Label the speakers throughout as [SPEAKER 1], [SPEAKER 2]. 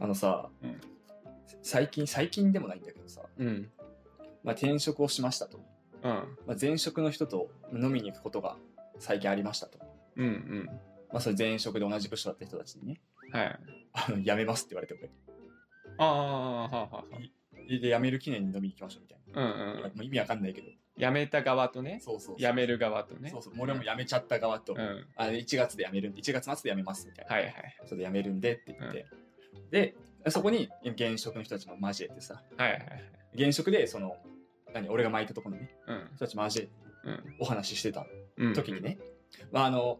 [SPEAKER 1] あのさ、
[SPEAKER 2] うん
[SPEAKER 1] 最近、最近でもないんだけどさ、
[SPEAKER 2] うん。
[SPEAKER 1] まあ、転職をしましたと。
[SPEAKER 2] うん。
[SPEAKER 1] まあ、前職の人と飲みに行くことが最近ありましたと。
[SPEAKER 2] うん。うん。
[SPEAKER 1] まあ、それ前職で同じ部署だった人たちにね、
[SPEAKER 2] はい。
[SPEAKER 1] あの、辞めますって言われて、
[SPEAKER 2] ああ、はあ、はあ。
[SPEAKER 1] 俺。で、辞める記念に飲みに行きましょうみたいな。
[SPEAKER 2] うんうん。
[SPEAKER 1] もう意味わかんないけど。
[SPEAKER 2] 辞めた側とね、
[SPEAKER 1] そうそうそう
[SPEAKER 2] 辞める側とね。
[SPEAKER 1] そうそう。もう俺も辞めちゃった側と、
[SPEAKER 2] うん。
[SPEAKER 1] あ1月で辞めるんで、1月末で辞めますみたいな。
[SPEAKER 2] はいはい。
[SPEAKER 1] ちょっと辞めるんでって言って。で、そこに現職の人たちも交えてさ、
[SPEAKER 2] はいはい。
[SPEAKER 1] 現職でその、何、俺が巻いたところのね、
[SPEAKER 2] うん。
[SPEAKER 1] 人たち交えて
[SPEAKER 2] うん
[SPEAKER 1] お話ししてた
[SPEAKER 2] うん。
[SPEAKER 1] 時に。ね、まああの、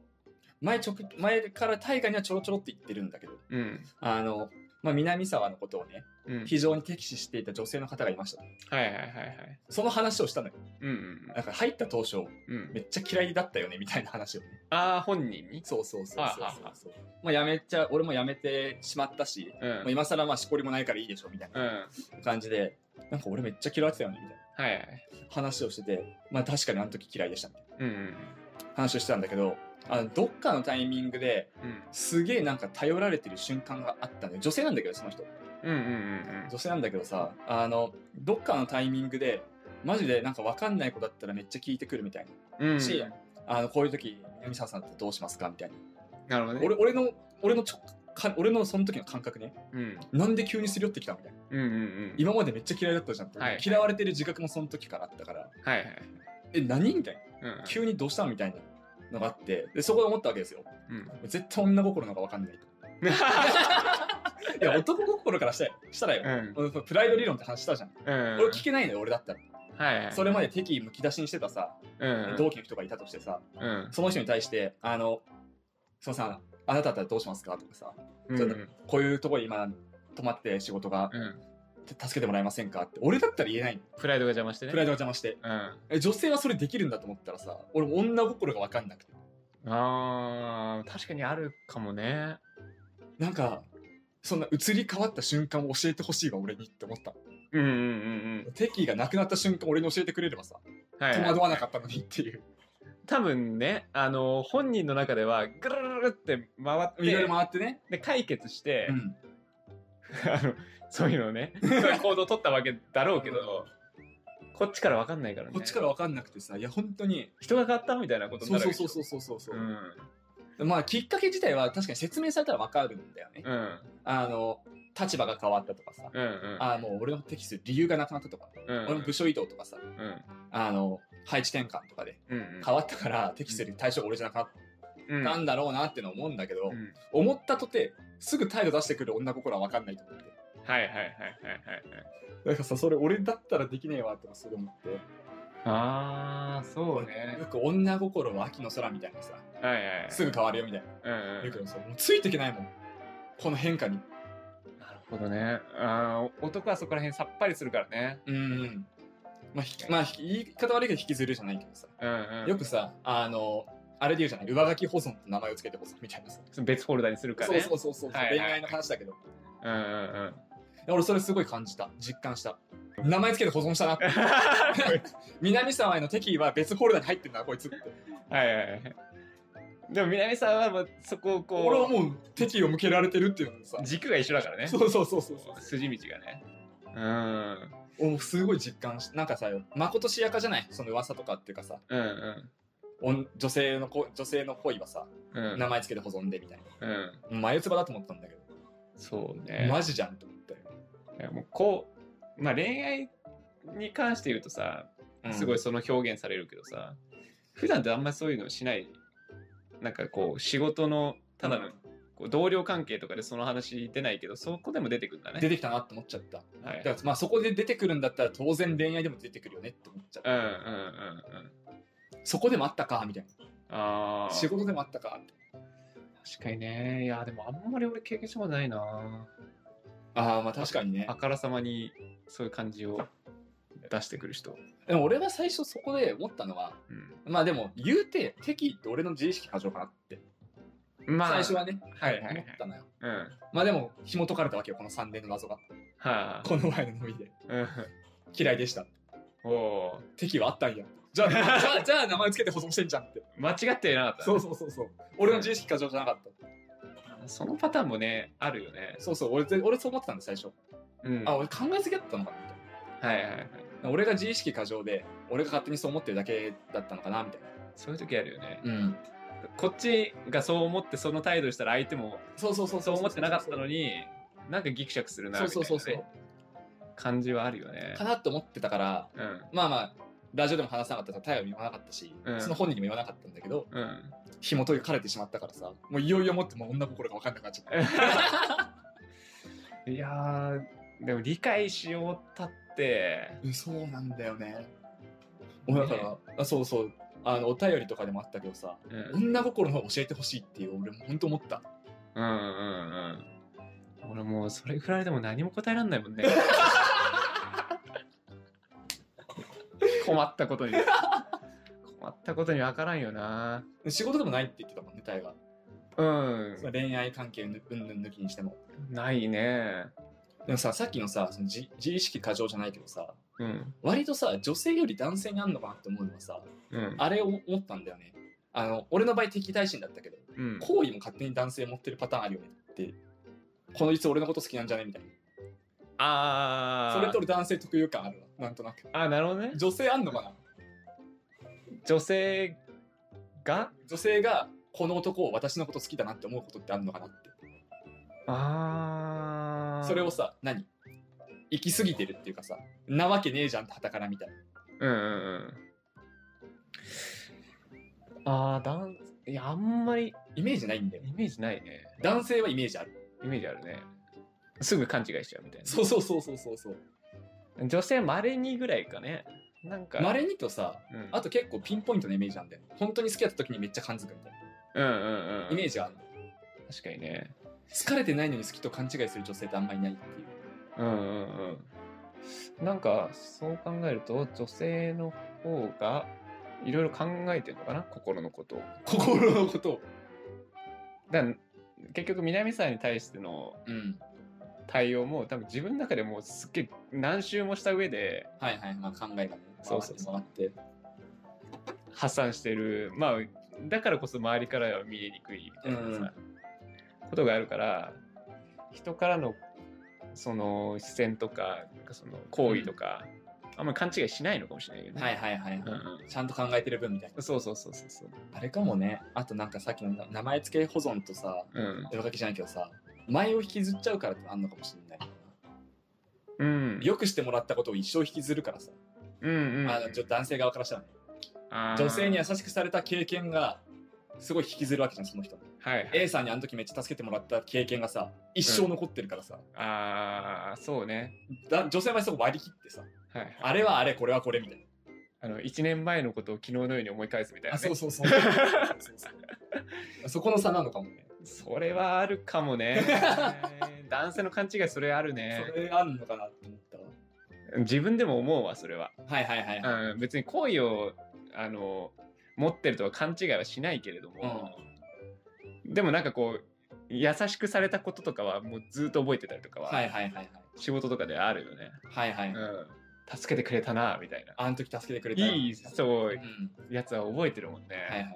[SPEAKER 1] 前ちょく、前から大河にはちょろちょろって言ってるんだけど、
[SPEAKER 2] うん。
[SPEAKER 1] あの、まあ、南沢のことをね、
[SPEAKER 2] うん。
[SPEAKER 1] 非常に敵視していた女性の方がいました。
[SPEAKER 2] はいはいはいはい。
[SPEAKER 1] その話をしたのよ。
[SPEAKER 2] うんうん
[SPEAKER 1] なんか入った当初、
[SPEAKER 2] うん。うん。
[SPEAKER 1] めっちゃ嫌いだったよね、みたいな話をね。
[SPEAKER 2] ああ、本人に
[SPEAKER 1] そうそうそうそうそうそう。まあ、やめちゃ、俺もやめてしまったし、
[SPEAKER 2] う
[SPEAKER 1] まあ、
[SPEAKER 2] ん。
[SPEAKER 1] 今更まあしこりもないからいいでしょ、みたい
[SPEAKER 2] うん。は
[SPEAKER 1] な感じで、なんか俺めっちゃ嫌われてたよね、みたい
[SPEAKER 2] いはい。
[SPEAKER 1] な話をしてて、まあ確かにあの時嫌いでした、みたい
[SPEAKER 2] うんうん。
[SPEAKER 1] な話をしてたんだけど、あの、どっかのタイミングで、
[SPEAKER 2] うん。
[SPEAKER 1] すげえなんか頼られてる瞬間があったんだよ。女性なんだけど、その人。
[SPEAKER 2] うんうんうん
[SPEAKER 1] 女性なんだけどさ、あの、どっかのタイミングで、マジでなんかわかんない子だったらめっちゃ聞いてくるみたいな。
[SPEAKER 2] うん。うん。
[SPEAKER 1] し、あの、こういう時、南沢さんってどうしますかみたいな。
[SPEAKER 2] なるほどね。
[SPEAKER 1] 俺、俺の、俺のちょか俺のその時の感覚ね。
[SPEAKER 2] うん。
[SPEAKER 1] なんで急にすり寄ってきたみたいな。
[SPEAKER 2] うんうんうん。
[SPEAKER 1] 今までめっちゃ嫌いだったじゃんって。
[SPEAKER 2] はい
[SPEAKER 1] 嫌われてる自覚もその時からあったから。
[SPEAKER 2] はいはい。
[SPEAKER 1] え、何みたいな。
[SPEAKER 2] うん。
[SPEAKER 1] 急にどうしたのみたいなのがあって。で、そこで思ったわけですよ。
[SPEAKER 2] うん。
[SPEAKER 1] 絶対女心の方がわかん ないと。いや、男心からしたよ。したらよ。
[SPEAKER 2] うん。
[SPEAKER 1] 俺プライド理論って話したじゃん。
[SPEAKER 2] うん。
[SPEAKER 1] 俺聞けないのよ、俺だったら。
[SPEAKER 2] はいはい。
[SPEAKER 1] それまで敵意むき出しにしてたさ、
[SPEAKER 2] うん。
[SPEAKER 1] 同期の人がいたとしてさ、
[SPEAKER 2] うん。
[SPEAKER 1] その人に対して、あの、そのさ、あなただったらどうしますかとかさ、
[SPEAKER 2] うん。うん。
[SPEAKER 1] こういうところに今、泊まって仕事が、
[SPEAKER 2] うん。
[SPEAKER 1] 助けてもらえませんかって、俺だったら言えないの
[SPEAKER 2] プライドが邪魔してね。
[SPEAKER 1] プライドが邪魔して。
[SPEAKER 2] うん。あ
[SPEAKER 1] え女性はそれできるんだと思ったらさ、俺も女心がわかんなくて。
[SPEAKER 2] あー、確かにあるかもね。
[SPEAKER 1] なんか、そんな移り変わった瞬間を教えてほしいわ、俺にって思った。
[SPEAKER 2] うんうんうん
[SPEAKER 1] 敵意がなくなった瞬間、俺に教えてくれればさ、
[SPEAKER 2] うん。はい
[SPEAKER 1] 戸
[SPEAKER 2] はい
[SPEAKER 1] 惑。わなかったのにっていう。
[SPEAKER 2] 多分ね、あの、本人の中では、ぐるるるるって回っ
[SPEAKER 1] いろいろ
[SPEAKER 2] て、
[SPEAKER 1] 回ってね。
[SPEAKER 2] で、解決して
[SPEAKER 1] う、ん。
[SPEAKER 2] あの、そういうのをね、そういう行動を取ったわけだろうけど、こっちからわかんないからね。
[SPEAKER 1] こっちからわかんなくてさ、いや、本当に、
[SPEAKER 2] 人が変わったみたいなことに
[SPEAKER 1] そ
[SPEAKER 2] な
[SPEAKER 1] う
[SPEAKER 2] る
[SPEAKER 1] そ
[SPEAKER 2] わ
[SPEAKER 1] うそ
[SPEAKER 2] け
[SPEAKER 1] うそううそうそう。
[SPEAKER 2] う。
[SPEAKER 1] うんまあ、きっかけ自体は確かに説明されたらわかるんだよね。
[SPEAKER 2] うん。
[SPEAKER 1] あの、立場が変わったとかさ、
[SPEAKER 2] うんうん。
[SPEAKER 1] あもう俺の適する理由がなくなったとか、
[SPEAKER 2] うん、
[SPEAKER 1] 俺の部署移動とかさ、
[SPEAKER 2] うん。
[SPEAKER 1] あの、配置転換とかで
[SPEAKER 2] うん。
[SPEAKER 1] 変わったから適する対象が俺じゃなくなっ
[SPEAKER 2] うん。
[SPEAKER 1] たんだろうなっての思うんだけど、
[SPEAKER 2] うん
[SPEAKER 1] 思ったとて、すぐ態度出してくる女心はわかんないと思って。
[SPEAKER 2] はいはいはいはいはいはい。
[SPEAKER 1] なんかさ、それ俺だったらできねえわってすぐ思って。
[SPEAKER 2] ああ、そうね。
[SPEAKER 1] よく女心は秋の空みたいなさ、
[SPEAKER 2] はいはい。
[SPEAKER 1] すぐ変わるよみたいな。
[SPEAKER 2] うんうん。
[SPEAKER 1] 言うけどさ、もうついていけないもん。この変化に。
[SPEAKER 2] なるほどね。あー男はそこら辺さっぱりするからね。
[SPEAKER 1] うん。まあ、ひまあ、ひ言い方悪いけど引きずるじゃないけどさ。
[SPEAKER 2] うんうん。
[SPEAKER 1] よくさ、あの、あれで言うじゃない上書き保存って名前をつけて保存みたいなさ。
[SPEAKER 2] その別フォルダにするから
[SPEAKER 1] そう
[SPEAKER 2] ね。
[SPEAKER 1] そうそうそう、
[SPEAKER 2] はいはい
[SPEAKER 1] 恋愛の話だけど。
[SPEAKER 2] うんうんうん。
[SPEAKER 1] 俺それすごい感じた。実感した。名前つけて保存したなって。 南沢への敵意は別フォルダに入ってるな、こいつって。
[SPEAKER 2] はいはいはい。でも南さんはもうそこをこう、
[SPEAKER 1] 俺はもう敵意を向けられてるっていうのがさ。
[SPEAKER 2] 軸が一緒だからね。
[SPEAKER 1] そうそうそうそうそう。
[SPEAKER 2] 筋道がね。うん。
[SPEAKER 1] 俺もすごい実感し、なんかさ、まことしやかじゃないその噂とかっていうかさ、
[SPEAKER 2] うんうん。
[SPEAKER 1] おん女性のこ、女性の恋はさ、
[SPEAKER 2] うん。
[SPEAKER 1] 名前つけて保存でみたいな。
[SPEAKER 2] うん。
[SPEAKER 1] 眉唾だと思ったんだけど。
[SPEAKER 2] そうね。
[SPEAKER 1] マジじゃんと思って。
[SPEAKER 2] いやもうこう、まあ恋愛に関して言うとさ、すごいその表現されるけどさ、普段ってあんまりそういうのしない。なんかこう、仕事の、ただの、こう同僚関係とかでその話出ないけど、そこでも出てくるんだね。
[SPEAKER 1] 出てきたなって思っちゃった。
[SPEAKER 2] はい
[SPEAKER 1] だからまあそこで出てくるんだったら当然恋愛でも出てくるよねって思っちゃっ
[SPEAKER 2] う
[SPEAKER 1] た。
[SPEAKER 2] んうんうんうん。
[SPEAKER 1] そこでもあったかみたいな。
[SPEAKER 2] ああ。
[SPEAKER 1] 仕事でもあったかって。
[SPEAKER 2] 確かにね。いや、でもあんまり俺経験したことないな。
[SPEAKER 1] ああまあ確かにね
[SPEAKER 2] あ。からさまにそういう感じを出してくる人。
[SPEAKER 1] でも俺は最初そこで思ったのは、
[SPEAKER 2] うん、
[SPEAKER 1] まあでも言うて敵意って俺の自意識過剰かなって。
[SPEAKER 2] まあ、
[SPEAKER 1] 最初はね、
[SPEAKER 2] はいはいはい
[SPEAKER 1] 思ったのよ。
[SPEAKER 2] うん。は
[SPEAKER 1] まあでも紐解かれたわけよ、この3年の謎が。
[SPEAKER 2] あ。
[SPEAKER 1] この前の飲みで。
[SPEAKER 2] うん
[SPEAKER 1] 嫌いでした。
[SPEAKER 2] おー
[SPEAKER 1] 敵意はあったんや。じ ゃあ、じゃあ、じゃあ名前つけて保存してんじゃんって。
[SPEAKER 2] 間違ってなかった。
[SPEAKER 1] そうそうそうそう。俺の自意識過剰じゃなかった。
[SPEAKER 2] あそのパターンもね、あるよね。
[SPEAKER 1] そうそう、俺、ぜ俺そう思ってたんです、最初。
[SPEAKER 2] うん。
[SPEAKER 1] あ、
[SPEAKER 2] はい
[SPEAKER 1] 俺考えすぎだったのかなみたい
[SPEAKER 2] はいはい。
[SPEAKER 1] な。俺が自意識過剰で、俺が勝手にそう思ってるだけだったのかなみたい
[SPEAKER 2] そういう時あるよね。
[SPEAKER 1] な。うん。
[SPEAKER 2] こっちがそう思ってその態度したら相手も
[SPEAKER 1] そうそうそう
[SPEAKER 2] そう思ってなかったの
[SPEAKER 1] に。
[SPEAKER 2] に、なんかギクシャクするな
[SPEAKER 1] そ
[SPEAKER 2] み
[SPEAKER 1] う
[SPEAKER 2] たいな、
[SPEAKER 1] そ
[SPEAKER 2] ね、
[SPEAKER 1] うそうそう。
[SPEAKER 2] 感じはあるよね
[SPEAKER 1] か。なって思ってたから、
[SPEAKER 2] うん。
[SPEAKER 1] まあまあ、ラジオでも話さなかったし、太陽も言わなかったし、
[SPEAKER 2] うん
[SPEAKER 1] その本人にも言わなかったんだけど、
[SPEAKER 2] うん。
[SPEAKER 1] 紐解かれてしまったからさ、もういよいよもってもう女心が分かんなくなっちゃった。
[SPEAKER 2] いやー、でも理解しようったって、
[SPEAKER 1] えそうなんだよね。俺だから、あそうそう、あの、お便りとかでもあったけどさ、
[SPEAKER 2] うん、
[SPEAKER 1] 女心の方を教えてほしいっていう、俺も本当思った。
[SPEAKER 2] うんうんうん。俺もうそれ振られても何も答えられない もんね。困ったことに。困ったことに分からんよな。
[SPEAKER 1] 仕事でもないって言ってたもんね、タイが。
[SPEAKER 2] うん。
[SPEAKER 1] その恋愛関係ぬうんぬん抜きにしても。
[SPEAKER 2] ないね。
[SPEAKER 1] でもさ、さっきのさ、その自自意識過剰じゃないけどさ、
[SPEAKER 2] うん。
[SPEAKER 1] 割とさ、女性より男性にあんのかなって思うのはさ、
[SPEAKER 2] うん。
[SPEAKER 1] あれを思ったんだよね。あの、俺の場合敵対心だったけど、
[SPEAKER 2] うん、
[SPEAKER 1] 好意も勝手に男性持ってるパターンあるよねって。このいつ俺のこと好きなんじゃねみたいな。
[SPEAKER 2] ああ。
[SPEAKER 1] それと俺男性特有感あるわ、なんとなく。
[SPEAKER 2] あなるほどね。
[SPEAKER 1] 女性あんのかな
[SPEAKER 2] 女性が
[SPEAKER 1] 女性がこの男を私のこと好きだなって思うことってあるのかなって
[SPEAKER 2] ああ。
[SPEAKER 1] それを。さ何行き過ぎてるっていうかさなわけねえじゃんってはからみたいな
[SPEAKER 2] うんうんうん。ああ、だん、いや、あんまり
[SPEAKER 1] イメージないんだよ
[SPEAKER 2] イメージないね。
[SPEAKER 1] 男性はイメージある
[SPEAKER 2] イメージあるね。すぐ勘違いしちゃうみたいな。
[SPEAKER 1] そうそうそうそうそうそう
[SPEAKER 2] 女性まれにぐらいかね。なんか。
[SPEAKER 1] まれにとさ
[SPEAKER 2] うん、
[SPEAKER 1] あと結構ピンポイントのイメージなんだよ本当に好きだった時にめっちゃ感づくみたいな
[SPEAKER 2] うんうんうん。
[SPEAKER 1] イメージがある
[SPEAKER 2] 確かにね。
[SPEAKER 1] 疲れてないのに好きと勘違いする女性ってあんまりいないっていう
[SPEAKER 2] うんうんうん。なんか、そう考えると、女性の方が、いろいろ考えてるのかな心のことを。
[SPEAKER 1] 心のことを
[SPEAKER 2] だから結局、南さんに対しての
[SPEAKER 1] うん
[SPEAKER 2] 対応も、多分自分の中でもうすっげえ何周もした上で
[SPEAKER 1] はいはいまあ考えがね
[SPEAKER 2] そうそうそう
[SPEAKER 1] 回って
[SPEAKER 2] 発散してる。まあ、だからこそ周りからは見えにくいみたいなさ、ことがあるから、人からの、その、視線とか、なんかその、行為とか、あんまり勘違いしないのかもしれないよね。
[SPEAKER 1] 回ってはいはいはい、
[SPEAKER 2] うん
[SPEAKER 1] は
[SPEAKER 2] うん
[SPEAKER 1] い、ちゃんと考えてる分みたいな
[SPEAKER 2] そうそうそうそうそう。
[SPEAKER 1] あれかもねあとなんかさっきの名前付け保存とさ
[SPEAKER 2] うん。
[SPEAKER 1] 手書きじゃないけどさ前を引きずっちゃうからってあんのかもしれない
[SPEAKER 2] うん。
[SPEAKER 1] よくしてもらったことを一生引きずるからさ、
[SPEAKER 2] うんうん。
[SPEAKER 1] あのちょ男性側からしたらね
[SPEAKER 2] あー
[SPEAKER 1] 女性に優しくされた経験がすごい引きずるわけじゃんその人の
[SPEAKER 2] はい、はい。
[SPEAKER 1] A さんにあの時めっちゃ助けてもらった経験がさ一生残ってるからさ、
[SPEAKER 2] ああ、そうね。
[SPEAKER 1] だ女性はそこ割り切ってさ
[SPEAKER 2] はいはい。
[SPEAKER 1] あれはあれこれはこれみたい
[SPEAKER 2] あの、1年前のことを昨日のように思い返すみたい
[SPEAKER 1] な
[SPEAKER 2] な、
[SPEAKER 1] あ
[SPEAKER 2] ね。
[SPEAKER 1] そうそう そうそうそうそうそこの差なのかもね
[SPEAKER 2] それはあるかも ね。男性の勘違い、それあるね。
[SPEAKER 1] それあるのかなって思ったわ
[SPEAKER 2] 自分でも思うわ、それは。
[SPEAKER 1] はいはいはいはい、
[SPEAKER 2] うん、別に好意を、あの、持ってるとは勘違いはしないけれども、でもなんかこう、優しくされたこととかはもうずっと覚えてたりとかは、
[SPEAKER 1] はいはいはいはい
[SPEAKER 2] 仕事とかであるよね。
[SPEAKER 1] はいはい、
[SPEAKER 2] うん、助けてくれたな、みたいな。
[SPEAKER 1] あの時助けてくれたよ
[SPEAKER 2] いい、そう
[SPEAKER 1] う、ん
[SPEAKER 2] やつは覚えてるもんね。
[SPEAKER 1] はいは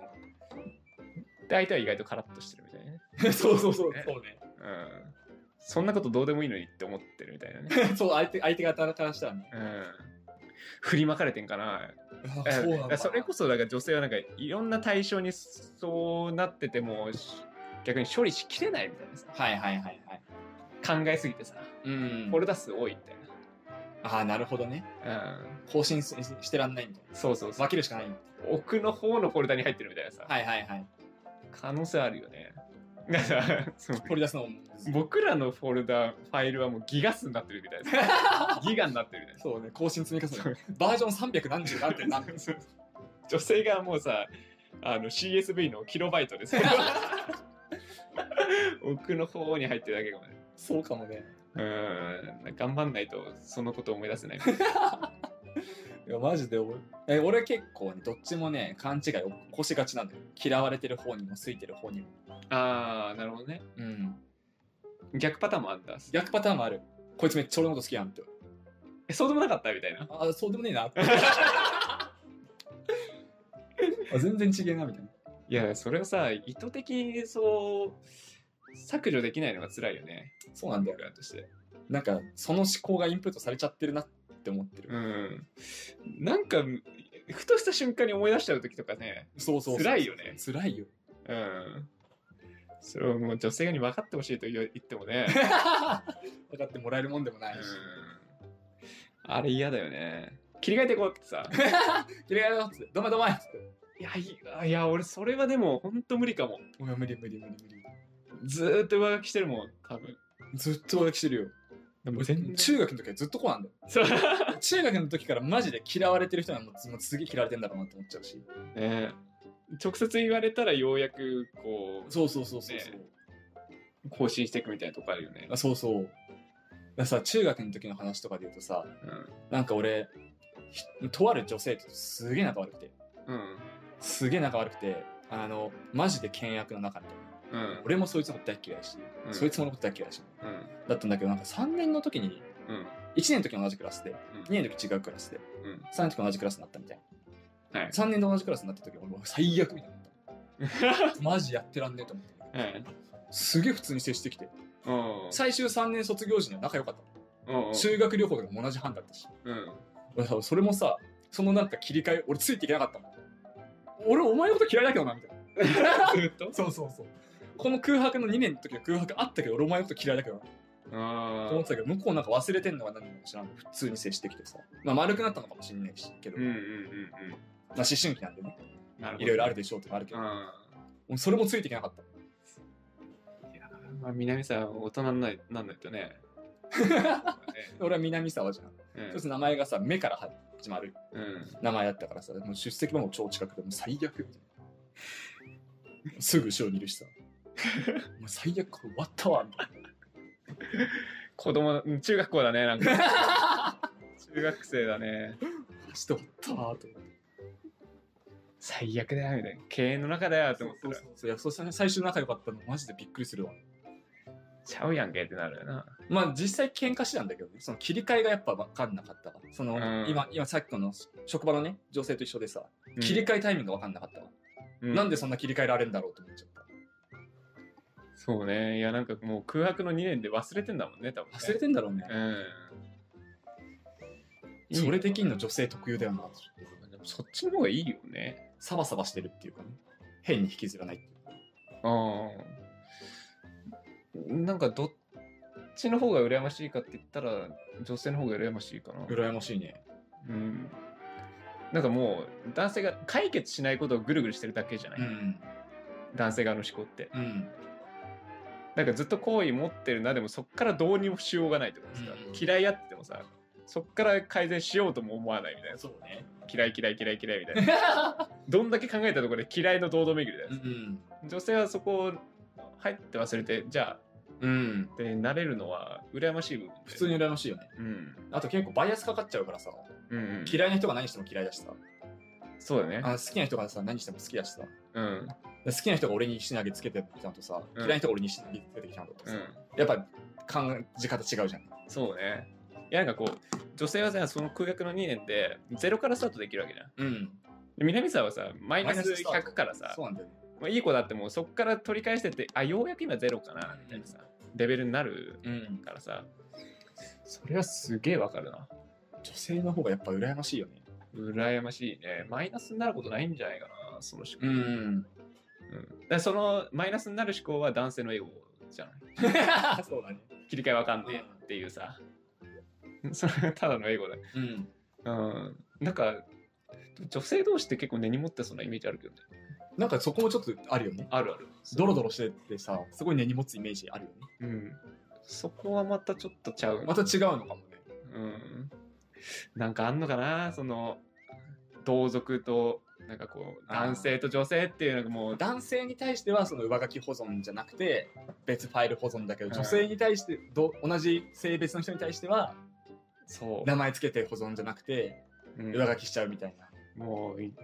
[SPEAKER 2] で、相手は意外とカラッとしてるみたいなね。
[SPEAKER 1] い そうそうそうそう ね
[SPEAKER 2] うん。そんなことどうでもいいのにって思ってるみたいなね。
[SPEAKER 1] そう、相手、相手方からしたらね。
[SPEAKER 2] うん。振りまかれてんかな。
[SPEAKER 1] あそうなんん
[SPEAKER 2] だ
[SPEAKER 1] だ
[SPEAKER 2] それこそ、だから女性はなんかいろんな対象にそうなってても、し逆に処理しきれないみたいなさ。
[SPEAKER 1] はいはいはいはい。
[SPEAKER 2] 考えすぎてさ、
[SPEAKER 1] うん
[SPEAKER 2] フォルダ数多いみたい
[SPEAKER 1] ああ、なるほどね。
[SPEAKER 2] な。うん。
[SPEAKER 1] 更新ししてらんないみたい
[SPEAKER 2] そうそう
[SPEAKER 1] な。
[SPEAKER 2] そう
[SPEAKER 1] 分。けるしかないみ
[SPEAKER 2] 奥の方のフォルダに入ってるみたいなさ。
[SPEAKER 1] たいな。はいはいはい。
[SPEAKER 2] 可能性あるよね。 だから、そう
[SPEAKER 1] 掘り出すのも。
[SPEAKER 2] 僕らのフォルダ、ファイルはもうギガ数になってるみたいな。 ギガになってるみたいな。
[SPEAKER 1] そうね、更新積み重ね。バージョン300何十何点何
[SPEAKER 2] そう女性がもうさあの CSV のキロバイト です奥の方に入ってるだけかもね
[SPEAKER 1] そうかもね。
[SPEAKER 2] うん頑張んないとそのこと思い出せない
[SPEAKER 1] いや、マジで俺。え、俺結構ね、どっちもね、勘違いを起こしがちなんだよ。嫌われてる方にも、好いてる方にも。
[SPEAKER 2] ああなるほどね
[SPEAKER 1] うん。
[SPEAKER 2] 逆パターンもあんだ
[SPEAKER 1] 逆パターンもある。こいつめっちゃ俺のこと好きやんって。
[SPEAKER 2] えそうでもなかったみたいな
[SPEAKER 1] ああ、そうでもねえな って。あ全然違えなみたいな。
[SPEAKER 2] いやそれをさ意図的にそう削除できないのが辛いよね。
[SPEAKER 1] そうなんだよ
[SPEAKER 2] 僕らとして。
[SPEAKER 1] なんかその思考がインプットされちゃってるなって思ってる、
[SPEAKER 2] うん。なんか、ふとした瞬間に思い出しちゃう時とかね。
[SPEAKER 1] そうそうそう
[SPEAKER 2] 辛いよね
[SPEAKER 1] 辛 いよ
[SPEAKER 2] うん。それをもう女性に分かってほしいと言う言ってもね。
[SPEAKER 1] 分かってもらえるもんでもないし、
[SPEAKER 2] うんあれ嫌だよね。切り替えていこうって さ。
[SPEAKER 1] キレイだよっつってどまどまっつって
[SPEAKER 2] いや、いやいや、俺それはでも本当無理かも。
[SPEAKER 1] お前無理無理無理無理
[SPEAKER 2] ずーっと上書きしてるもん、多分。
[SPEAKER 1] ずっと浮気してるよ
[SPEAKER 2] でも
[SPEAKER 1] 俺中学の時はずっとこうなんだよ
[SPEAKER 2] そう。ね
[SPEAKER 1] 中学の時からマジで嫌われてる人はもうもうすげえ嫌われてんだろうなって思っちゃうし
[SPEAKER 2] え直接言われたらようやくこ
[SPEAKER 1] そうそうそうそう
[SPEAKER 2] ね
[SPEAKER 1] そう、
[SPEAKER 2] う更新していくみたいなとこあるよね
[SPEAKER 1] あ。そうそうだからさ中学の時の話とかで言うとさなんか俺ひとある女性とすげえ仲悪くて
[SPEAKER 2] うん。うん。
[SPEAKER 1] すげえ仲悪くてあのマジで倹約の中で
[SPEAKER 2] うん。
[SPEAKER 1] 俺もそいつのこと大っ嫌いし、
[SPEAKER 2] うん
[SPEAKER 1] そいつものこと大っ嫌いし
[SPEAKER 2] うん。
[SPEAKER 1] だったんだけどなんか3年の時に
[SPEAKER 2] うん。
[SPEAKER 1] 1年の時同じクラスで2年の時違うクラスで
[SPEAKER 2] うん。
[SPEAKER 1] 3年の時同じクラスになったみたい
[SPEAKER 2] はい
[SPEAKER 1] な。3年で同じクラスになった時俺もう最悪みたいになった マジやってらんねえと思って
[SPEAKER 2] はい。
[SPEAKER 1] すげえ普通に接してきて
[SPEAKER 2] うん。
[SPEAKER 1] 最終3年卒業時には仲良かった
[SPEAKER 2] うん。
[SPEAKER 1] 修学旅行とかも同じ班だったし
[SPEAKER 2] うん。
[SPEAKER 1] 俺さ それもさそのなんか切り替え俺ついていけなかったもん俺お前のこと嫌いだけどなみたいな
[SPEAKER 2] ずっと
[SPEAKER 1] そうそうそうこの空白の2年の時の空白あったけど俺お前のこと嫌いだけどなと思
[SPEAKER 2] あ
[SPEAKER 1] ってたけど向こうなんか忘れてんのが何なのか知らんけど普通に接してきてさまあ丸くなったのかもしんないしけど、
[SPEAKER 2] うんうん
[SPEAKER 1] ま
[SPEAKER 2] う
[SPEAKER 1] あ
[SPEAKER 2] ん
[SPEAKER 1] 思春期なんでね
[SPEAKER 2] うん。なるほど。
[SPEAKER 1] いろいろあ
[SPEAKER 2] る。
[SPEAKER 1] るでしょうとかあるけ
[SPEAKER 2] う
[SPEAKER 1] ど
[SPEAKER 2] ん。
[SPEAKER 1] もうそれもついていけなかった
[SPEAKER 2] まあ、南さん、大人にななんない とね。
[SPEAKER 1] 俺は南沢じゃん
[SPEAKER 2] う
[SPEAKER 1] 一つ名前がさ目から始まる
[SPEAKER 2] ん。うん。
[SPEAKER 1] 名前だったからさ、もう出席番号超近くでもう最悪みたいな。すぐ後ろにいるし さ。もう最悪これ終わったわみたい
[SPEAKER 2] 子供、うん中学校だね、なんか。中学生だね。
[SPEAKER 1] な。マジで終わったわと思って。
[SPEAKER 2] 最悪だよ、みたいな。経営の中だよ、と思ったら。
[SPEAKER 1] そういやそうさ最初仲良かったのマジでびっくりするわ。
[SPEAKER 2] ちゃうやんけってなるよな。
[SPEAKER 1] まあ実際喧嘩してたんだけどね、その切り替えがやっぱ分かんなかったわ。その、
[SPEAKER 2] うん
[SPEAKER 1] 今、今さっきの職場のね、女性と一緒でさ、切り替えタイミングが分かんなかったわ。
[SPEAKER 2] うん
[SPEAKER 1] なんでそんな切り替えられるんだろうと思っちゃった。
[SPEAKER 2] そうね。いや、なんかもう空白の2年で忘れてんだもんね、多分、ね。
[SPEAKER 1] 忘れてんだろうね。
[SPEAKER 2] うん。
[SPEAKER 1] それできん
[SPEAKER 2] の
[SPEAKER 1] の女性特有だよな。
[SPEAKER 2] そっちの方がいいよね。
[SPEAKER 1] サバサバしてるっていうかね。変に引きずらないっていうか
[SPEAKER 2] ああ。なんかどっちの方が羨ましいかって言ったら、女性の方が羨ましいかな。
[SPEAKER 1] 羨ましいね。
[SPEAKER 2] うん。なんかもう、男性が解決しないことをぐるぐるしてるだけじゃない、
[SPEAKER 1] ん。
[SPEAKER 2] 男性側の思考って。
[SPEAKER 1] うん。
[SPEAKER 2] なんかずっと好意持ってるな、でもそっからどうにもしようがないとかさ、
[SPEAKER 1] うん
[SPEAKER 2] 嫌いあってもさ、そっから改善しようとも思わないみたいな。
[SPEAKER 1] そうね。
[SPEAKER 2] 嫌い嫌い嫌い嫌いみたいな。 どんだけ考えたところで嫌いの堂々巡りだよ
[SPEAKER 1] う。ん。
[SPEAKER 2] 女性はそこを入って忘れて、じゃあ、
[SPEAKER 1] うん。
[SPEAKER 2] で慣れるのは羨ましい部分で
[SPEAKER 1] 普通に羨ましいよね。
[SPEAKER 2] うん。
[SPEAKER 1] あと結構バイアスかかっちゃうからさ、
[SPEAKER 2] うんうん、
[SPEAKER 1] 嫌いな人が何しても嫌いだしさ、
[SPEAKER 2] そうだね。
[SPEAKER 1] あ好きな人がさ、何しても好きだしさ、
[SPEAKER 2] うん。
[SPEAKER 1] 好きな人が俺に石投げつけてきたのとさ、
[SPEAKER 2] うん
[SPEAKER 1] 嫌いな人が俺に石投げつけてきたのと
[SPEAKER 2] う
[SPEAKER 1] さ、
[SPEAKER 2] ん。
[SPEAKER 1] やっぱ考え方違うじゃん。
[SPEAKER 2] そうね。いや、なんかこう、女性はさ、その空白の2年で、ゼロからスタートできるわけじゃん。
[SPEAKER 1] うん。
[SPEAKER 2] で南沢はさ、マイナス
[SPEAKER 1] マイナススタート
[SPEAKER 2] 100からさ
[SPEAKER 1] そ、うなんだよね。
[SPEAKER 2] まあ、いい子だってもうそっから取り返してって、あ、ようやく今ゼロかな、みたいなさ、レベルになる
[SPEAKER 1] うん。
[SPEAKER 2] からさ、それはすげえわかるな。
[SPEAKER 1] 女性の方がやっぱ羨ましいよね。
[SPEAKER 2] 羨ましいね。マイナスになることないんじゃないかな、その思考。
[SPEAKER 1] ん。
[SPEAKER 2] うんだからそのマイナスになる思考は男性のエゴじゃない
[SPEAKER 1] そうだね。
[SPEAKER 2] 切り替えわかんねえっていうさ それはただのエゴだ
[SPEAKER 1] うん。
[SPEAKER 2] うんなんか女性同士って結構根に持ってそうなイメージあるけどね
[SPEAKER 1] なんかそこもちょっとあるよね。
[SPEAKER 2] あるある
[SPEAKER 1] ドロドロしててさ、すごい根に持つイメージあるよね。
[SPEAKER 2] うんそこはまたちょっとちゃう
[SPEAKER 1] また違うのかもね。
[SPEAKER 2] うんなんかあんのかなその同族となんかこう
[SPEAKER 1] あー
[SPEAKER 2] 男性と女性っていうのがもう
[SPEAKER 1] 男性に対してはその上書き保存じゃなくて別ファイル保存だけど
[SPEAKER 2] うん
[SPEAKER 1] 女性に対してど同じ性別の人に対しては
[SPEAKER 2] そ
[SPEAKER 1] 名前つけて保存じゃなくて
[SPEAKER 2] う、うん
[SPEAKER 1] 上書きしちゃうみたい
[SPEAKER 2] もうい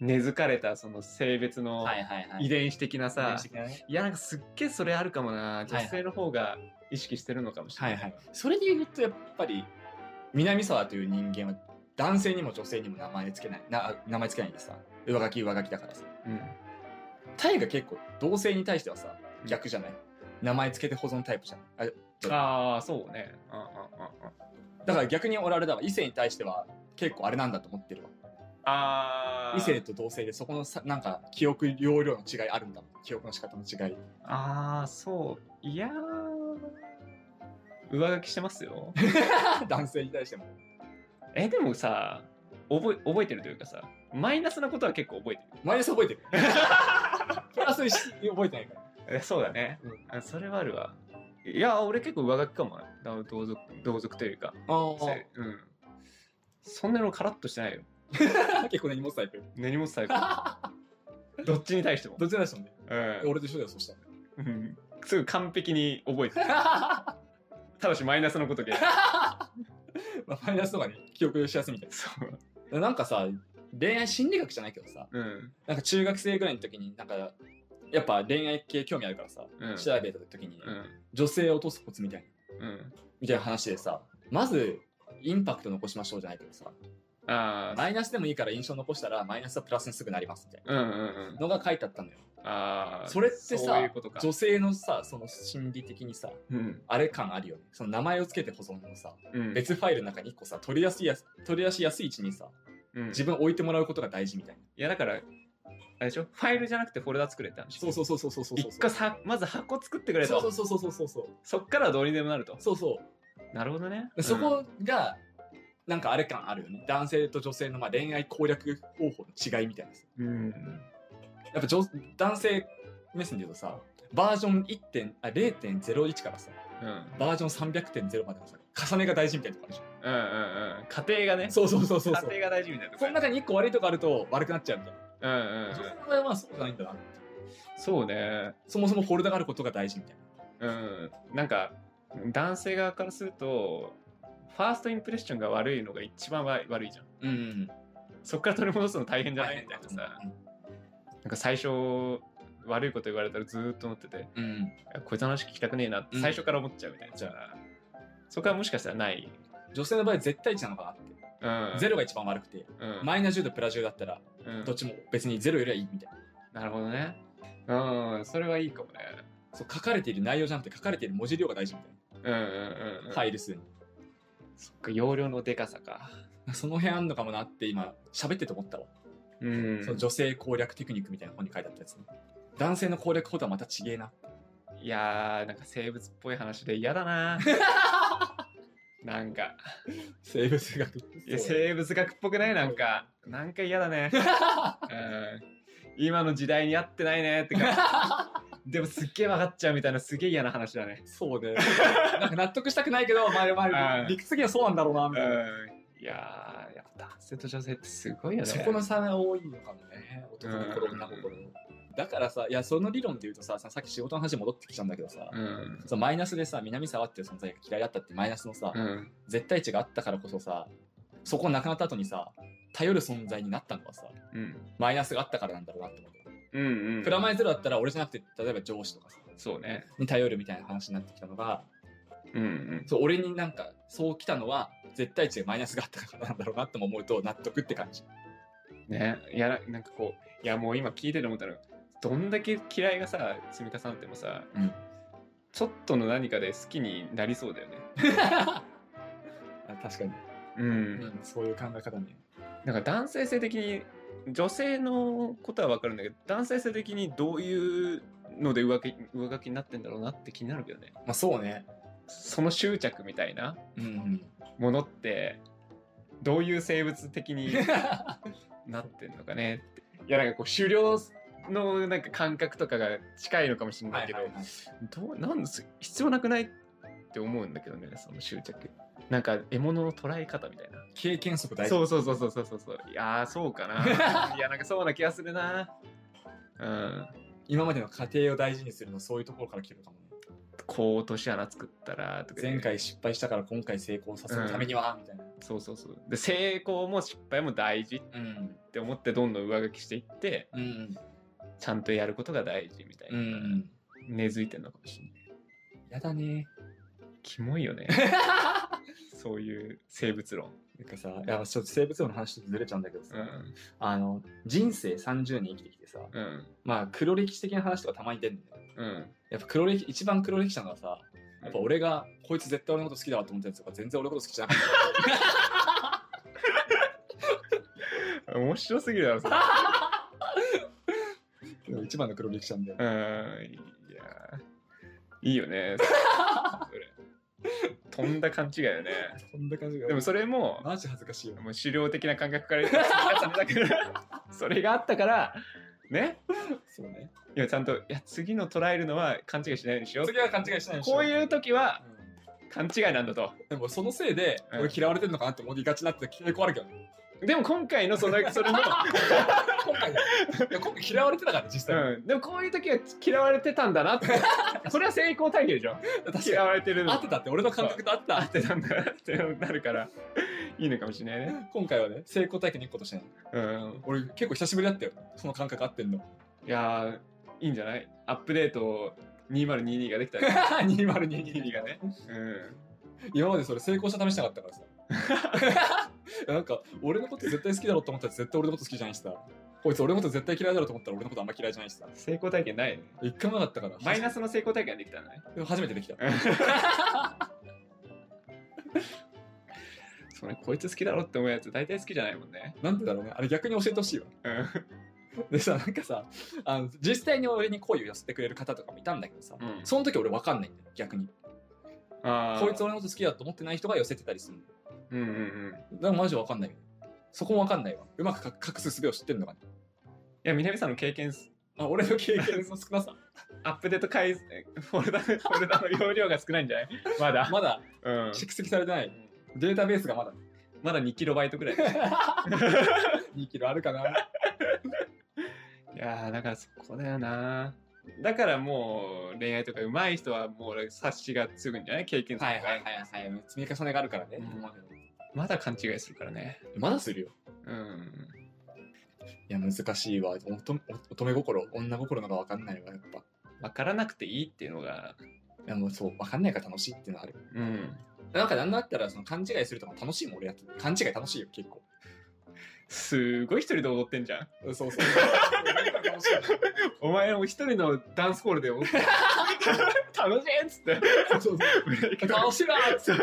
[SPEAKER 2] 根付かれたその性別
[SPEAKER 1] な、
[SPEAKER 2] の
[SPEAKER 1] はいは
[SPEAKER 2] 遺伝子的なさ、
[SPEAKER 1] 遺伝子的なね
[SPEAKER 2] いやなんかすっげえそれあるかもな
[SPEAKER 1] は
[SPEAKER 2] 女
[SPEAKER 1] い
[SPEAKER 2] 性の方が意識してるのかもしれ
[SPEAKER 1] は
[SPEAKER 2] ない
[SPEAKER 1] い、はいそれで言うとやっぱり南沢という人間は男性にも女性にも名前つけないな名前つけないんでさ上書き上書きだからさ
[SPEAKER 2] うん
[SPEAKER 1] タイが結構同性に対してはさ逆じゃない名前つけて保存タイプじゃんあ
[SPEAKER 2] ああ、そうね。うんうんうんうん。
[SPEAKER 1] だから逆に俺あれだわ異性に対しては結構あれなんだと思ってるわ
[SPEAKER 2] ああ。
[SPEAKER 1] 異性と同性でそこのさなんか記憶容量の違いあるんだもん記憶の仕方の違い
[SPEAKER 2] ああ、そう。いやー。上書きしてますよ。
[SPEAKER 1] 男性に対しても
[SPEAKER 2] え、でもさ、覚え覚えてるというかさ、マイナスなことは結構覚えてる。
[SPEAKER 1] マイナス覚えてるプラスにし覚えてないから
[SPEAKER 2] えそうだね、あそれはあるわいや俺結構上書きかもなだから同族同族というか
[SPEAKER 1] あ
[SPEAKER 2] せうんそんなのカラッとしてないよ
[SPEAKER 1] あ 結構ね荷物タイプ
[SPEAKER 2] 何も最高 どっちに対しても
[SPEAKER 1] どっちでしたもんね
[SPEAKER 2] う
[SPEAKER 1] 俺と一緒だよそした
[SPEAKER 2] ん、うん、すぐ完璧に覚えてる
[SPEAKER 1] ら
[SPEAKER 2] ただしマイナスのことで
[SPEAKER 1] まあマイナスとかね記憶しやすいみたい
[SPEAKER 2] そう
[SPEAKER 1] ななんかさ恋愛心理学じゃないけどさ
[SPEAKER 2] うん
[SPEAKER 1] なんか中学生ぐらいの時になんかやっぱ恋愛系興味あるからさ、
[SPEAKER 2] うん
[SPEAKER 1] 調べた時に、
[SPEAKER 2] うん
[SPEAKER 1] 女性を落とすコツみたいな
[SPEAKER 2] うん
[SPEAKER 1] みたいな話でさまずインパクト残しましょうじゃないけどさ
[SPEAKER 2] ああ
[SPEAKER 1] マイナスでもいいから印象残したらマイナスはプラスにすぐなりますみたい
[SPEAKER 2] うんうんうん
[SPEAKER 1] なのが書いてあったのよ
[SPEAKER 2] ああ
[SPEAKER 1] それって
[SPEAKER 2] そうい
[SPEAKER 1] さ
[SPEAKER 2] うことか
[SPEAKER 1] 女性のさその心理的にさ
[SPEAKER 2] うん
[SPEAKER 1] あれ感あるよねその名前をつけて保存のさ
[SPEAKER 2] うん
[SPEAKER 1] 別ファイルの中に1個さ取りやすいやす取り出しやすい位置にさ
[SPEAKER 2] うん
[SPEAKER 1] 自分置いてもらうことが大事みたいない
[SPEAKER 2] やだからあれでしょファイルじゃなくてフォルダ作れって話
[SPEAKER 1] そうそうそうそうそうそうそう
[SPEAKER 2] 一回さまず箱作ってくれと
[SPEAKER 1] そうそうそうそうそうそう
[SPEAKER 2] そっからどうにでもなると。
[SPEAKER 1] そうそう
[SPEAKER 2] なるほどね。
[SPEAKER 1] でそこが、なんかあれ感あるよね。男性と女性のまあ恋愛攻略方法の違いみたいなさ。
[SPEAKER 2] うん、うん。
[SPEAKER 1] やっぱ女男性目線で言うとさ、バージョン1点あ0.01からさ、
[SPEAKER 2] うん。
[SPEAKER 1] バージョン300.0までのさ、重ねが大事みたいなとこあるじ
[SPEAKER 2] うんうんうん。家庭が
[SPEAKER 1] ゃ
[SPEAKER 2] ね。
[SPEAKER 1] ん。そうそうそうそうそう。
[SPEAKER 2] 家庭が大事みたいなとこ
[SPEAKER 1] その中に1個悪いとこあると悪くなっちゃうみたい
[SPEAKER 2] うんうん
[SPEAKER 1] な。
[SPEAKER 2] う
[SPEAKER 1] 女性
[SPEAKER 2] ん。
[SPEAKER 1] の場合はまあそうじゃないんだな。
[SPEAKER 2] そうね。
[SPEAKER 1] そもそもフォルダがあることが大事みたい
[SPEAKER 2] うん。なんか、男性側からすると、ファーストインプレッションが悪いのが一番わ悪いじゃん。
[SPEAKER 1] な。うんうん。
[SPEAKER 2] そっから取り戻すの大変じゃないみたいなさ。
[SPEAKER 1] うん
[SPEAKER 2] なんか最初、悪いこと言われたらずーっと思ってて、
[SPEAKER 1] うん。うん
[SPEAKER 2] いやこいつの話聞きたくねえなって
[SPEAKER 1] うん
[SPEAKER 2] 最初から思っちゃうみたいな。
[SPEAKER 1] じゃ
[SPEAKER 2] そこはもしかしたらない。
[SPEAKER 1] 女性の場合は絶対値なのかなって。
[SPEAKER 2] うん。
[SPEAKER 1] ゼロが一番悪くて、
[SPEAKER 2] うん。
[SPEAKER 1] マイナ10とプラ10だったら、
[SPEAKER 2] うん
[SPEAKER 1] どっちも別にゼロよりはいいみたいな。
[SPEAKER 2] なるほどね。うん、それはいいかもね。
[SPEAKER 1] そう書かれている内容じゃなくて書かれている文字量が大事みたい
[SPEAKER 2] うんうんうんう。
[SPEAKER 1] なんファイル数に、
[SPEAKER 2] そっか、容量のでかさか。
[SPEAKER 1] その辺あんのかもなって今喋ってて思ったわ、
[SPEAKER 2] うん
[SPEAKER 1] その女性攻略テクニックみたいな本に書いてあったやつ、ね、男性の攻略法とはまた違えない
[SPEAKER 2] やー、なんか生物っぽい話で嫌だな。なんか、
[SPEAKER 1] 生物学
[SPEAKER 2] いや
[SPEAKER 1] そう
[SPEAKER 2] 生物学っぽくないなんか、なんか嫌 だね。うん、今の時代に合ってないねって感 じ。でもすっげえ分かっちゃうみたいなすげえ嫌な話だね。
[SPEAKER 1] そうね なんか納得したくないけどまあまあ
[SPEAKER 2] うん
[SPEAKER 1] 理屈的にはそうなんだろうな
[SPEAKER 2] う
[SPEAKER 1] み
[SPEAKER 2] ん
[SPEAKER 1] たいな、。
[SPEAKER 2] いやー、やっぱ男性と女性ってすごいよね。
[SPEAKER 1] そこの差が多いのかもね男心女心のだからさいやその理論で言うとさささっき仕事の話に戻ってきちゃうんだけどさ、
[SPEAKER 2] うん。
[SPEAKER 1] そのマイナスでさ南沢っていう存在が嫌いだったってマイナスのさ、
[SPEAKER 2] うん。
[SPEAKER 1] 絶対値があったからこそさそこなくなった後にさ頼る存在になったのはさ
[SPEAKER 2] うん。
[SPEAKER 1] マイナスがあったからなんだろうなって思う、
[SPEAKER 2] うん。うん。
[SPEAKER 1] プラマイゼロだったら俺じゃなくて例えば上司とかさ
[SPEAKER 2] そうね。
[SPEAKER 1] に頼るみたいな話になってきたのが
[SPEAKER 2] うんうん。
[SPEAKER 1] そう俺になんかそう来たのは絶対値がマイナスがあったからなんだろうなっても思うと納得って 感じ
[SPEAKER 2] ねいやなんかこういやもう今聞いてて思ったのどんだけ嫌いがさ積み重なってもさ、
[SPEAKER 1] うん
[SPEAKER 2] ちょっとの何かで好きになりそうだよね
[SPEAKER 1] あ確かに、
[SPEAKER 2] うん、
[SPEAKER 1] うんそういう考え方ね
[SPEAKER 2] なんか男性性的に女性のことは分かるんだけど男性性的にどういうので上書き上書きになってんだろうなって気になるけどね
[SPEAKER 1] まあそうね
[SPEAKER 2] その執着みたいな
[SPEAKER 1] うんうん
[SPEAKER 2] ものってどういう生物的に なってんのかねっていやなんかこう狩猟のなんか感覚とかが近いのかもしれないけど、どうなんです必要なくないって思うんだけどねその執着なんか獲物の捉え方みたいな
[SPEAKER 1] 経験則大事
[SPEAKER 2] そうそうそうそうそうそうそういやーそうかな いやなんかそうな気がするなうん
[SPEAKER 1] 今までの過程を大事にするのそういうところから来てるかもね
[SPEAKER 2] こう落とし穴作ったらとかね
[SPEAKER 1] 前回失敗したから今回成功させるためには、みたいな
[SPEAKER 2] そうそうそうで成功も失敗も大事
[SPEAKER 1] うん
[SPEAKER 2] って思ってどんどん上書きしていって
[SPEAKER 1] うん
[SPEAKER 2] ちゃんとやることが大事みたいな、
[SPEAKER 1] うん
[SPEAKER 2] 根付いてるのかもしれない
[SPEAKER 1] やだ ね
[SPEAKER 2] キモいよねそういう生物論
[SPEAKER 1] なんかさいやちょっと生物論の話ちょっとずれちゃうんだけどさ、
[SPEAKER 2] うん
[SPEAKER 1] あの人生30年生きてきてさ
[SPEAKER 2] うん
[SPEAKER 1] まあ黒歴史的な話とかたまに出るんだよ
[SPEAKER 2] うん
[SPEAKER 1] やっぱ黒歴一番黒歴者なのはさやっぱ俺がこいつ絶対俺のこと好きだわと思ったやつとか全然俺のこと好きじゃなかった
[SPEAKER 2] 面白すぎるだろそれ
[SPEAKER 1] けど一番の黒歴者なんだよ
[SPEAKER 2] うーんいやいいよねそれ飛んだ勘違いよね
[SPEAKER 1] そんな感じが
[SPEAKER 2] でもそれも
[SPEAKER 1] マジ恥ずかしいよ
[SPEAKER 2] もう狩猟的な感覚から言ってそれがあったからね
[SPEAKER 1] そうね
[SPEAKER 2] いやちゃんといや次の捉えるのは勘違いしないようにしよう
[SPEAKER 1] 次は勘違いしないようにしよう
[SPEAKER 2] こういう時は
[SPEAKER 1] うん
[SPEAKER 2] 勘違いなんだと
[SPEAKER 1] でもそのせいで
[SPEAKER 2] うん
[SPEAKER 1] 俺嫌われてるのかなって思いがちになって結構あるけどね
[SPEAKER 2] でも今回の そのそれの、
[SPEAKER 1] 今 回ねいや今回嫌われてたからね実際、
[SPEAKER 2] うん、でもこういう時は嫌われてたんだな ってそれは成功体験でしょ
[SPEAKER 1] 確
[SPEAKER 2] 嫌
[SPEAKER 1] か
[SPEAKER 2] われてる
[SPEAKER 1] に
[SPEAKER 2] の
[SPEAKER 1] 合ってたって俺の感覚と合って
[SPEAKER 2] あ
[SPEAKER 1] た
[SPEAKER 2] ってなんだってなるからいいのかもしれないね
[SPEAKER 1] 今回はね成功体験に行くことしない
[SPEAKER 2] うん
[SPEAKER 1] 俺結構久しぶりだったよその感覚合ってん の
[SPEAKER 2] いやーいいんじゃないアップデート2022ができたね
[SPEAKER 1] 2022
[SPEAKER 2] 2022がねうん
[SPEAKER 1] 今までそれ成功した試しなかったからさ いやなんか俺のこと絶対好きだろうと思ったら絶対俺のこと好きじゃないしさこいつ俺のこと絶対嫌いだろうと思ったら俺のことあんま嫌いじゃないしさ
[SPEAKER 2] 成功体験ないね
[SPEAKER 1] 一回もなかったから
[SPEAKER 2] マイナスの成功体験ができたんだね
[SPEAKER 1] 初めてできた
[SPEAKER 2] そうね、こいつ好きだろって思うやつ大体好きじゃないもんね。
[SPEAKER 1] なんでだろうねあれ逆に教えてほしいわ
[SPEAKER 2] うん。
[SPEAKER 1] でさなんかさあの実際に俺に恋を寄せてくれる方とかもいたんだけどさ、
[SPEAKER 2] うん
[SPEAKER 1] その時俺分かんないんだよ逆に
[SPEAKER 2] あー
[SPEAKER 1] こいつ俺のこと好きだと思ってない人が寄せてたりするの
[SPEAKER 2] うんうんうん。い
[SPEAKER 1] だからマジ分かんないけどそこも分かんないわうまくか隠す術を知ってんのかね
[SPEAKER 2] や、南さんの経験す、
[SPEAKER 1] あ俺の経験の少なさ
[SPEAKER 2] アップデート改、フォルダ、 フォルダの容量が少ないんじゃないまだ。
[SPEAKER 1] まだ
[SPEAKER 2] うん。
[SPEAKER 1] 蓄積されてないデータベースがまだ
[SPEAKER 2] まだ 2KB ぐらい。
[SPEAKER 1] 2キロあるかない
[SPEAKER 2] やー、だからそこだよな。だからもう恋愛とか上手い人はもう俺察しが強いんじゃない経験とか
[SPEAKER 1] いはい積み重ねがあるからね、
[SPEAKER 2] うんまだ勘違いするからね。
[SPEAKER 1] まだするよ
[SPEAKER 2] うん。
[SPEAKER 1] いや難しいわ乙女乙女心女心のが分かんないわやっぱ
[SPEAKER 2] わからなくていいっていうのが、
[SPEAKER 1] いやもうそう分かんないから楽しいっていうのはある
[SPEAKER 2] うん。
[SPEAKER 1] なんかなんだったらその勘違いするとか楽しいもん俺やってる勘違い楽しいよ結構
[SPEAKER 2] すごい一人で踊ってんじゃん。
[SPEAKER 1] そうそう
[SPEAKER 2] お前も一人のダンスホールで踊って 楽しいっつって
[SPEAKER 1] そう
[SPEAKER 2] ブレイク
[SPEAKER 1] 楽しいな
[SPEAKER 2] そう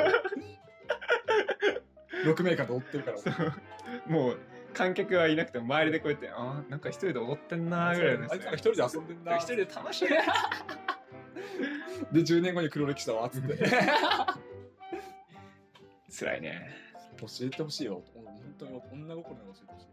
[SPEAKER 1] 6名間で追ってるから
[SPEAKER 2] そう もう観客はいなくても周りでこうやってあーなんか一人で踊ってんなーぐらいの
[SPEAKER 1] あい つなんか一人で遊んでんな
[SPEAKER 2] 一人で楽しい
[SPEAKER 1] で10年後に黒歴史だわっつって
[SPEAKER 2] 辛いね
[SPEAKER 1] 教えてほしいよ本当に女心に教えてほしい